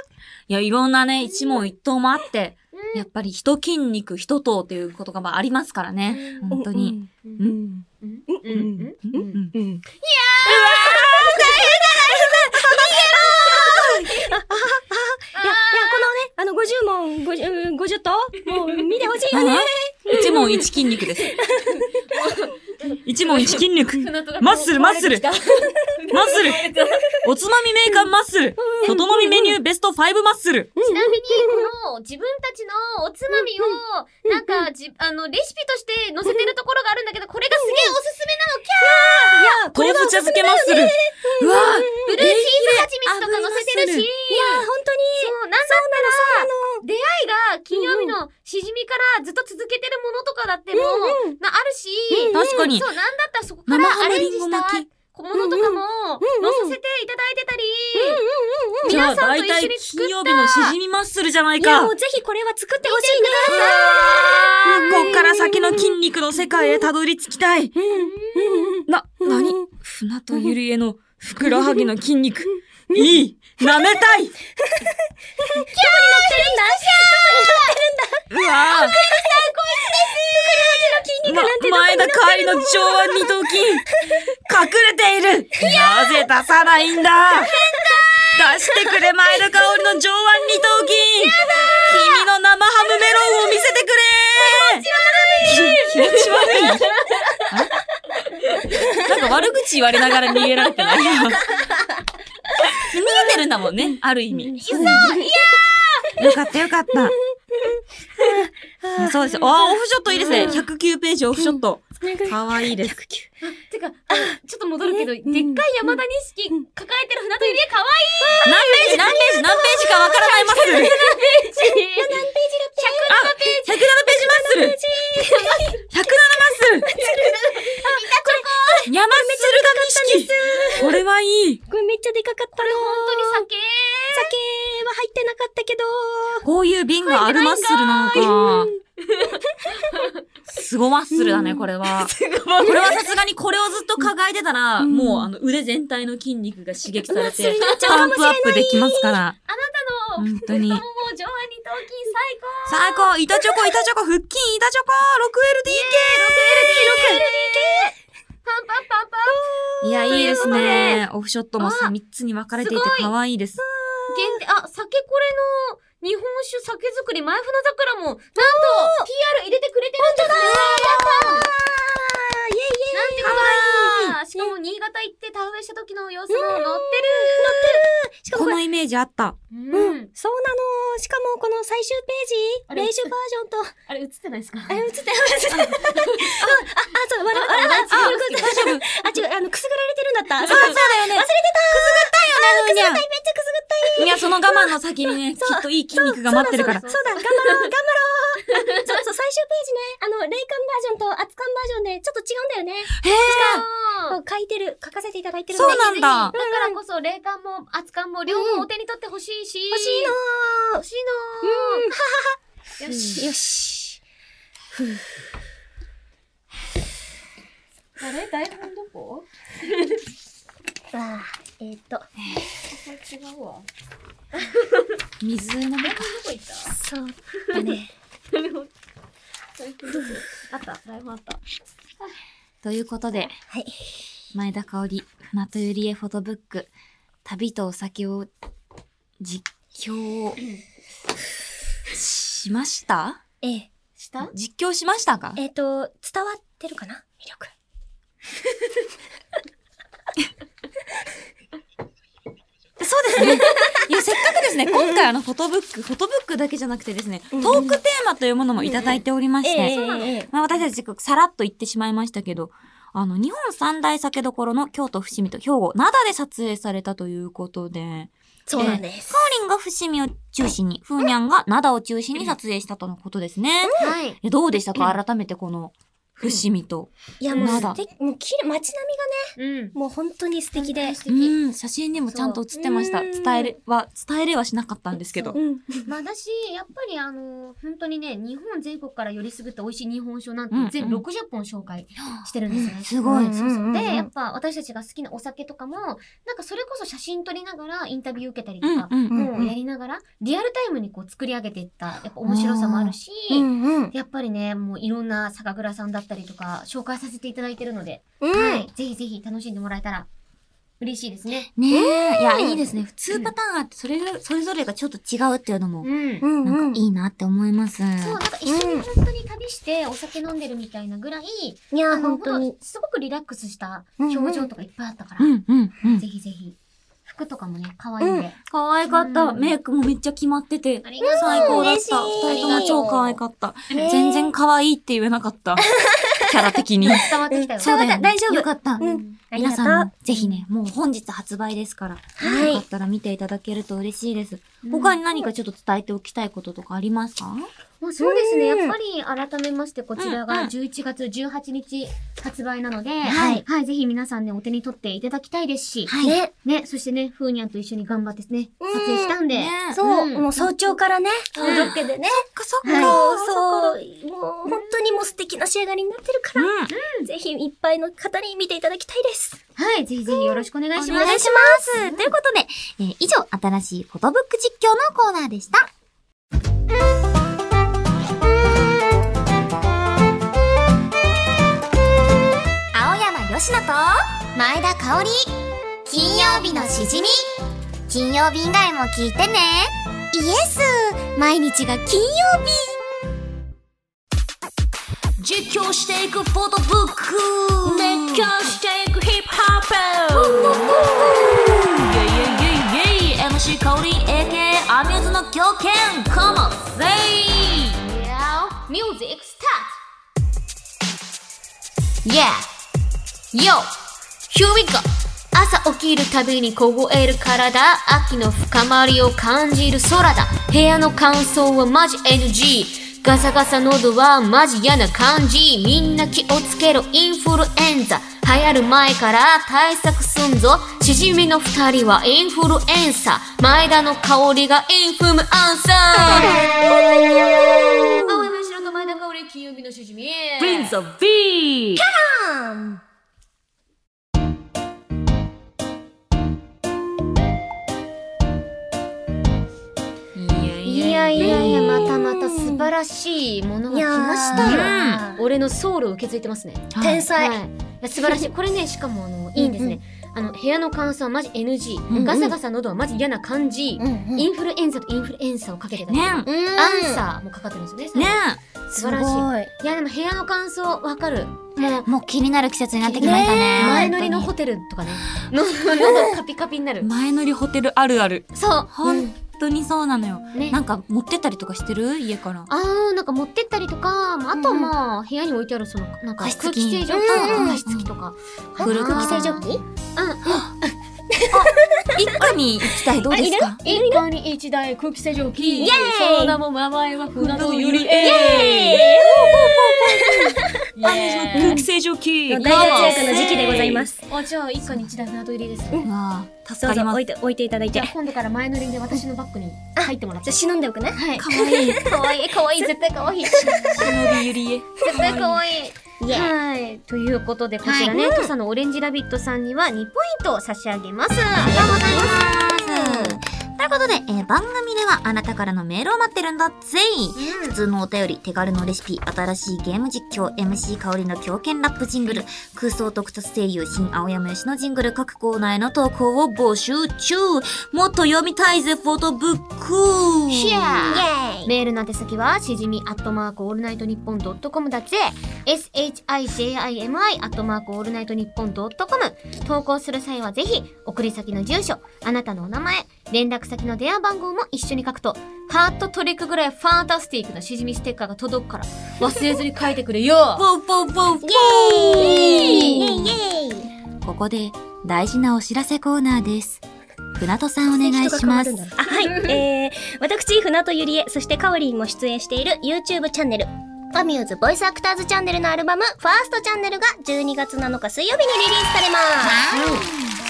や、いろんなね、一問一答もあって、やっぱり人筋肉、人頭っていう言葉もありますからね。本当に。。うんうん。うん。うん。うんうん。いやー大変だ大変だ逃げろーいや、いや、このね、あの、50問、50、50と、もう見てほしいよね。うん一問一筋肉です。一問一筋肉。マッスル、マッスル。マッスル。おつまみメーカーマッスル。外飲みメニューベスト5マッスル。ちなみに、この、自分たちのおつまみを、なんか、じ、あの、レシピとして載せてるところがあるんだけど、これがすげえおすすめなの、キい豆腐や、これは、いや、茶漬けマッスル。うわぁャーブルーチーズ蜂蜜とか載せてるし、本当に、そう、なんだったら、出会いが金曜日のしじみからずっと続けてるものとかだっても、なあるし、確かにそう、なんだったらそこからアレンジした小物とかも載せていただいてたり、じゃあ、皆さだんいとた一緒いに作金っ曜た日のしじみマッスルじゃないいや、か。もこうぜひこれは作ってほしいね。こから先の筋肉の世界へたどり着きたい。な、なに船とゆりえのふくらはぎの筋肉。いい舐めたいうわぁこいつですふくらはぎの筋肉なんて前田香りの上腕二頭筋隠れているなぜ出さないんだ出してくれ前田香織の上腕二頭筋君の生ハムメロンを見せてくれ気持ち悪い気持ち悪いなんか悪口言われながら逃げられて (laughs) ない逃げてるんだもんね、ある意味。よかったよかった。いやそうですよ。あー、オフショットいいですね。109ページオフショット。かわいいです。てか、あちょっと戻るけど、でっかい山田錦抱えてる船とゆりえかわ何ページ何ページ何ページかわからないマッスル。107ペーいいし、ジマッスル。107マッスル。山マッスルが錦。これはいい。これめっちゃでかかったの。本当に酒酒は入ってなかったけど。こういう瓶があるマッスルなのか。 (laughs) すごマッスルだね、これは。これはさすがにこれをずっと抱えてたら、もうあの腕全体の筋肉が刺激されて、パンプアップできますから。あなたの本当に太もも上腕二頭筋最高最高板チョコ、板チョコ、腹筋、板チョコパンパンパンパン !6LDK! いや、いいですといね。オフショットもさ、3つに分かれていてすごい可愛いです。限定、あ、酒これの日本酒酒造り前船桜も、なんと PR 入れてくれてるんですねやったーなんてことだしかも新潟行って田植えした時の様子も載しかもここれ、のイメージあった。ってるうん。そうなの。しかもこの最終ペあーれジ、練習バージョンと、あれ映ってないですかあ、映ってます。あ、あ、そう、笑う、笑う、あ、あ、違う、あの、くすぐられてるんだった。そうそうだよね。忘れてたくすぐったいよね。いや、くすぐったい、めっちゃくすぐったい。その我慢の先に (laughs) ね、きっといい筋肉が待ってるから。そううだ、頑張 (laughs) ろう、頑張ろう。そうそう、最終ページね、あの、霊感バージョンと熱感バージョンで、ちょっと違うんだよね。こう書いてる、書かせていただいてるんでそうなんだだからこそ霊感も熱感も両方お手に取ってほしいし。欲しいの欲しいのーよし。ー。よし。あれ台本どこわあ、えーっと、違うわ。水飲めどか。こ行ったそう (laughs) だね。あった台本あった。ということで、はい。前田香織、船戸ゆりえフォトブック、旅とお酒を、実況を、しましたええ。した実況しましたかえっ、と、伝わってるかな魅力。そうですね。いや、せっかくですね、今回あの、フォトブック、フォトブックだけじゃなくてですね、トうんークテーマというものもいただいておりまして、ええまあ、私たちさらっと言ってしまいましたけど、あの、日本三大酒どころの京都、伏見と兵庫、灘で撮影されたということで、そうなんです。カーリンが伏見を中心に、フーニャンが灘を中心に撮影したとのことですね。はい。えどうでしたか改めてこの、伏見と。いや、もうま素だ敵、もうきれい、街並みがね、うん。もう本当に素敵で。うん、写真にもちゃんと写ってました。そううん伝えるは、伝えれはしなかったんですけど。うん。まあ私、やっぱりあの、本当にね、日本全国からよりすぐった美味しい日本酒をなんてうん全60本紹介してるんですね。すごい。うんそうそう。うんで、やっぱ私たちが好きなお酒とかも、なんかそれこそ写真撮りながらインタビュー受けたりとうんか、うんもうやりながら、リアルタイムにこう作り上げていった、やっぱ面白さもあるし、うんうん。やっぱりね、もういろんな酒蔵さんだったりとか、紹介させていただいてるので、うんはい。ぜひぜひ楽しんでもらえたら、嬉しいですね。ねえ、いや、いいですね。普通パターンあって、それぞれ、それぞれがちょっと違うっていうのうも、んう。んうなんんかいいなって思います。そう、なんか一緒に本当に旅してお酒飲んでるみたいなぐらい、いやあー、の、本当にほん。とすごくリラックスした表情とかいっぱいあったから、うん、うん、うんぜ。ひぜひ。服とかもね、可愛いんで。可愛かった。うんメイクもめっちゃ決まっててあ。りがとう。最高だった。二嬉しい人とも超可愛かった。ねえ全然可愛いって言えなかった。キャラ (laughs) 的に。伝わってきたよ。そうだよね。大丈夫よかった。うん。ありが皆とう。さんも、ぜひね、もう本日発売ですから、はいよかったら見ていただけると嬉しいです。うん他に何かちょっと伝えておきたいこととかありますかもうそうですね。うんやっぱり改めまして、こちらうんうがん11月18日発売なので、はいはい。ぜひ皆さんね、お手に取っていただきたいですし、はいね。ね、そしてね、ふーにゃんと一緒に頑張ってね、うん撮影したんで、ねそうう、んもう早朝からね、ロんケでね。そっはいそうそそう、もう本当にもう素敵な仕上がりになってるから、うん。ぜひいっぱいの方に見ていただきたいです。はい。ぜひぜひよろしくお願いします。します。ということで、えー以上、新しいフォトブック実況のコーナーでした。青山よしと前田香織金曜日のしじみ金曜日以外も聞いてねイエス毎日が金曜日実況していくフォトブック熱狂していくヒップホップイェイイェイイェイイェイ MC 香り AK アミューズの狂犬コモセイミュージックスタート Yeah! Yo! Here we go! 朝起きるたびに凍える体秋の深まりを感じる空だ部屋の乾燥はマジ NG ガサガサ喉はマジ嫌な感じみんな気をつけろインフルエンザ流行る前から対策すんぞしじみの二人はインフルエンサー前田の香りがインフムアンサー青山白と前田香り金曜日のしじみ Prince of B いやいやいや、またまた素晴らしいものが来ましたよ。ー俺のソウルを受け継いでますね。天才。はいいや、素晴らし (laughs) い。これね、しかもあの、いいんですね。あの、部屋の乾燥はマジ NG。ガサガサ喉はマジ嫌な感じ。インフルエンザとインフルエンサをかけてたり。ねアンサーもかかってるんですよね。ね素晴らしい。いや、でも部屋の乾燥わかる。もう、もう気になる季節になってきましたね前乗りのホテルとか (laughs) ね。の、喉カピカピになる。前乗りホテルあるあるそう。本当にそうなのよねな。んか持ってったりとかしてる家からあーなんか持ってったりとか、まああとはまあ、部屋に置いてあるその、なんか加湿空器気清浄機とうんうか、ん加湿器とか。古く空気清浄機一家に行きたいどうですか一家に一台空気清浄機。イエーイその名も名前は船戸ゆりイエーイ空気清浄機大活躍の時期でございます。あ、じゃあ一家に一台船戸入りです。わあ助かどうぞりま置すいて置いていただいじて。ゃあじ今度から前乗りで私のバッグに入ってもらっゃて。忍んでおくね。はい。かわいい (laughs) かわいい、かわいい、絶対か (laughs) わいい。忍びゆりえ絶対可愛い。はい。ということで、こちらね、土佐のオレンジラビットさんには2ポイントを差し上げます。ありがとうございます。ということで、えー番組ではあなたからのメールを待ってるんだぜい、普通のお便り、手軽のレシピ、新しいゲーム実況、MC 香りの狂犬ラップジングル、空想特撮声優、新青山吉のジングル、各コーナーへの投稿を募集中もっと読みたいぜ、フォトブックイェーイメールの宛先は、しじみアットマークオールナイトニッポンドットコムだぜ。shijimi アットマークオールナイトニッポンドットコム。投稿する際はぜひ、送り先の住所、あなたのお名前、連絡先の電話番号も一緒に書くと、ハートトリックぐらいファンタスティックなしじみステッカーが届くから、忘れずに書いてくれよポンポンポンポンイェーイここで大事なお知らせコーナーです。船戸さんお願いします。あはい。えー、私、船戸ゆりえ、そしてかおりんも出演している YouTube チャンネル、アミューズボイスアクターズチャンネルのアルバム、ファーストチャンネルが12月7日水曜日にリリースされま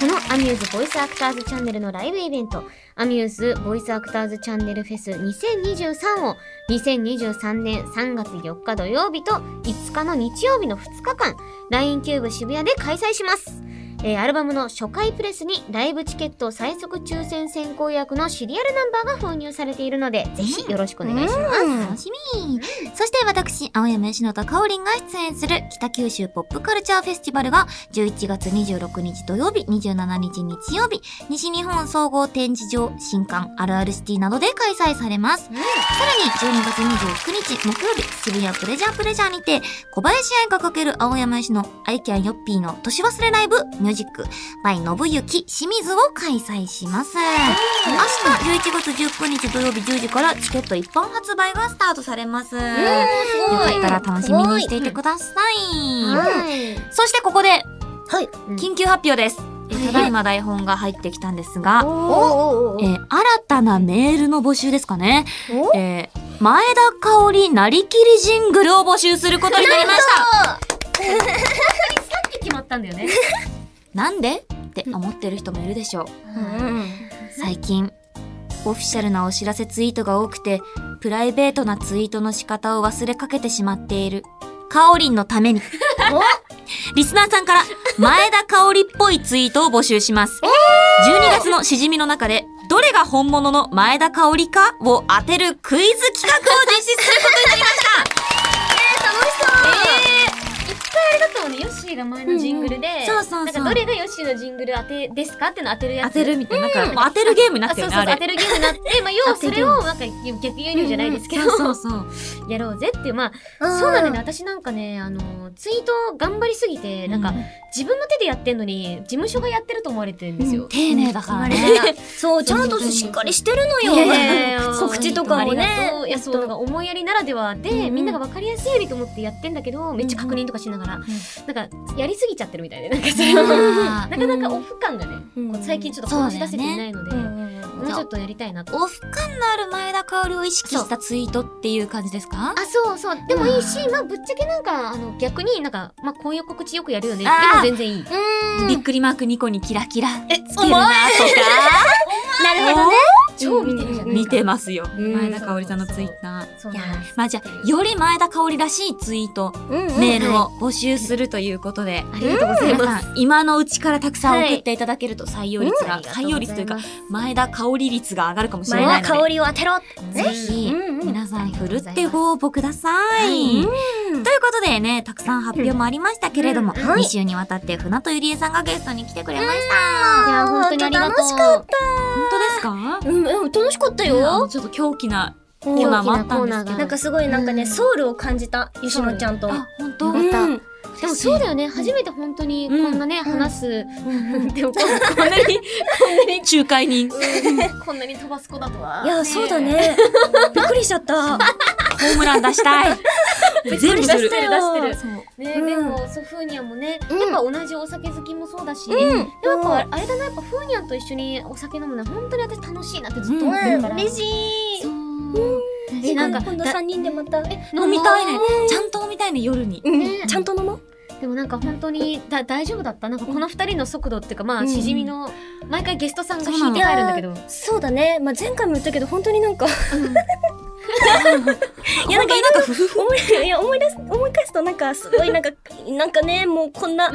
す。そのアミューズボイスアクターズチャンネルのライブイベント、アミューズボイスアクターズチャンネルフェス2023を2023年3月4日土曜日と5日の日曜日の2日間、LINE キューブ渋谷で開催します。えーアルバムの初回プレスにライブチケット最速抽選先行予約のシリアルナンバーが封入されているので、ぜひよろしくお願いします。楽しみそして私、青山吉野とかおりんが出演する北九州ポップカルチャーフェスティバルが11月26日土曜日、27日日曜日、西日本総合展示場、新館、あるあるシティなどで開催されます。さらに12月29日木曜日、渋谷プレジャープレジャーにて、小林愛がかける青山吉野、アイキャンヨッピーの年忘れライブ、ミュージック、by 信行清水を開催します。明日11月19日土曜日10時からチケット一般発売がスタートされます。よかったら楽しみにしていてください。はい。そしてここで、はい緊急発表です。えただいま台本が入ってきたんですが、おえー新たなメールの募集ですかね。えー前田香織なりきりジングルを募集することになりました。決まったんだよね。なんでって思ってる人もいるでしょう。最近、オフィシャルなお知らせツイートが多くて、プライベートなツイートの仕方を忘れかけてしまっている。かおりんのために。リスナーさんから、前田香織っぽいツイートを募集します。12月のしじみの中で、どれが本物の前田香織かを当てるクイズ企画を実施することになりました。だったもんね、ヨッシーが前のジングルで、 (laughs) そうそうそうなんかどれがヨッシーのジングル当てですかっての当てるや当つ。てるみたいな、なんか、もう当てるゲームになあ、ってそうるそね、うそあう、当れ。てるゲームになって、まあ、要はそれを、なんか、逆輸入じゃないですけど、そうそうそう。やろうぜっていう、まあ、うんそうなんだよね。私なんかね、あの、ツイート頑張りすぎて、なんか、自分の手でやってんのに、事務所がやってると思われてるんですよ。丁寧だからね。 (laughs) そう、ちゃんとしっかりしてるのよ。いやいやいや告知とかもねありがとういやそうなんか思いやりならではで、うんうんみんなが分かりやすいようにと思ってやってんだけどめっちゃ確認とかしながら、なんかやりすぎちゃってるみたいでなんかそれをなあーかなかオフ感がね、うんこう最近ちょっと話し出せていないので、もうちょっとやりたいなと。オフ感のある前田香織を意識したツイートっていう感じですかあ、そうそう。でもいいし、まあ、ぶっちゃけなんか、あの、逆になんか、まあ、こういう告知よくやるよね。であーも全然いい。びっくりマーク2個にキラキラつけるなとか。 (laughs) なるほどね。超見てるじゃない見てますよ。ん前田香織さんのツイッター。そうなんですまあじゃあ、より前田香織らしいツイート、メールを募集するということで。ありがとうござい皆ます。さん、今のうちからたくさん送っていただけると採用率が、採用率というか、前田香織率が上がるかもしれ前なはいの香で、りを当てろ。ぜひ、皆さん、ふるってご応募ください。うんということでね、たくさん発表もありましたけれども、うんはい2週にわたって船戸ゆりえさんがゲストに来てくれました。いや、本当にありがとう。楽しかっ本当ですかた。うん、うん楽しかったあのよ。ちょっと狂気なコんーナーもあった狂気なコんですけーナーがど。なんかすごいなんかね、ソウルを感じた、吉野ちゃんと。あ、本当、うんでもそうだよね、初めて本当にこんなね、話す、でもこんなに、仲介人。こんなに飛ばす子だとは。いや、そうだ。ね。 (laughs) びっくりしちゃった。ホームラン出 (laughs) したい。全部出しすてる出。しるてる。そうね、うんでもソフーニャンもね、んやっぱ同じお酒好きもそうだし、うんでもやっぱあれだな、やっぱフーニャンと一緒にお酒飲むのは本当に私楽しいなってずっと思ってるから。嬉しい。そうでえ、ななんんかか今度だ三人でまた。飲みたいね。ちゃんと飲みたいね、夜に。うんちゃんと飲もう。でもなんか本当にだ大丈夫だったなんかこの二人の速度っていうかまうあんしじみの毎回ゲストさんが引いて帰るんだけど (laughs) そうだね。まあ前回も言ったけど本当になんか。いや、なんか今がふふふ。思いいや思い出す思い返すとなんかすごいなんかなんかねもうこんな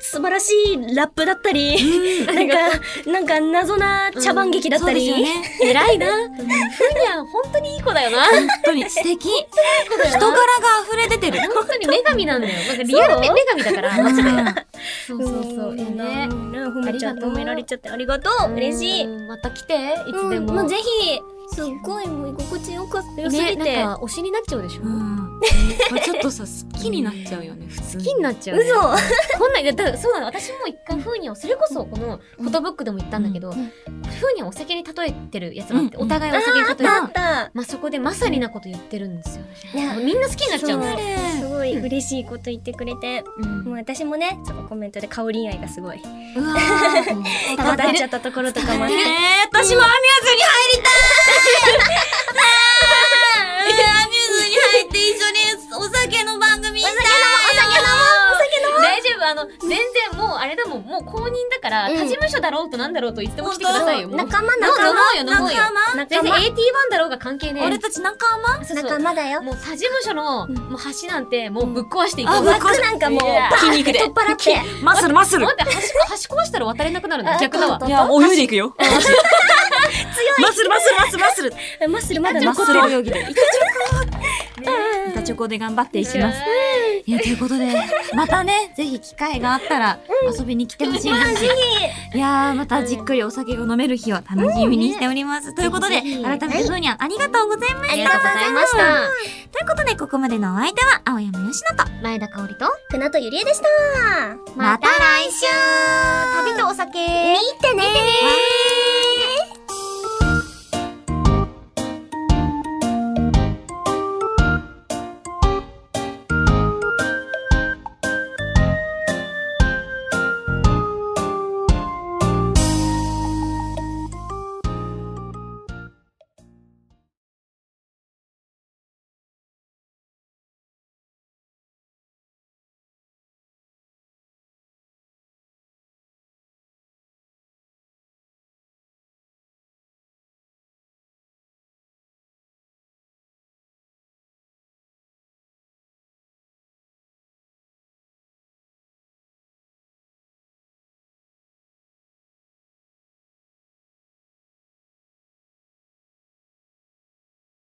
素晴らしいラップだったり、なんかなんか謎な茶番劇だったり、そうですよね。偉いな。ふにゃん、本当にいい子だよな。本当に (laughs) 素敵。人柄が溢れ出てる。本当に女神なんだよ。なんかリアル女神だから、 (laughs) マジで。そううんそうそう。いいね。ね褒めちゃありがとう褒められちゃってありがとう嬉しい。うんまた来て、いつでうんも。もうぜひすっごいもう居心地よかった良すぎて、ね、なんか推しになっちゃうでしょ。う好ん。これちょっとさ、好きになっちゃうよね、普通に。きになっちゃう、ね。嘘こんなんいやだからそうなの私も一回ふーにゃんをそれこそこのフォトブックでも言ったんだけど、うんうんふーにゃんをお酒に例えてるやつがあって、うんお互いお酒に例えてる、だったまあそこでまさになこと言ってるんですよ、いやみんな好きになっちゃうのそうすうごい嬉しいこと言ってくれて、うんもう私もねちょっとコメントで香り愛がすごいわ伝わっちゃったところとかもー。ねねえ、私もアミューズに入りたいねえアミューズに入って一緒にお酒の番組したい大丈夫あの全然もうあれだもんもう公認だから、うん他事務所だろうとなんだろうといつでも来てくださいよもう仲間飲も仲間うよ飲もうよ仲全然間 AT1 だろうが関係ねえ俺たち仲間そうそう仲間だよもう他事務所のんもう橋なんてもうぶっ壊していこう、あぶっ枠なんかもういやバーン筋肉で取っ払ってマッスルマッスル待って橋こ橋壊したら渡れなくなるのあ逆だわ本当いや、泳いでいく (laughs) よ。強いマッスルマッスルマッスルマッスルえマッスルまだマ残ッスってるル泳ぎで。板チョコ板チョコで頑張っていきます。いや、ということで、またね、ぜひ機会があったら遊びに来てほしいです。いやー、またじっくりお酒が飲める日を楽しみにしております。ということで、ぜひぜひ改めてふーにゃん、ありがとうございました。ありがとうございましたということで、ここまでのお相手は、青山よしのと、前田香織と船戸ゆりえでしたまた来週旅とお酒見てわねー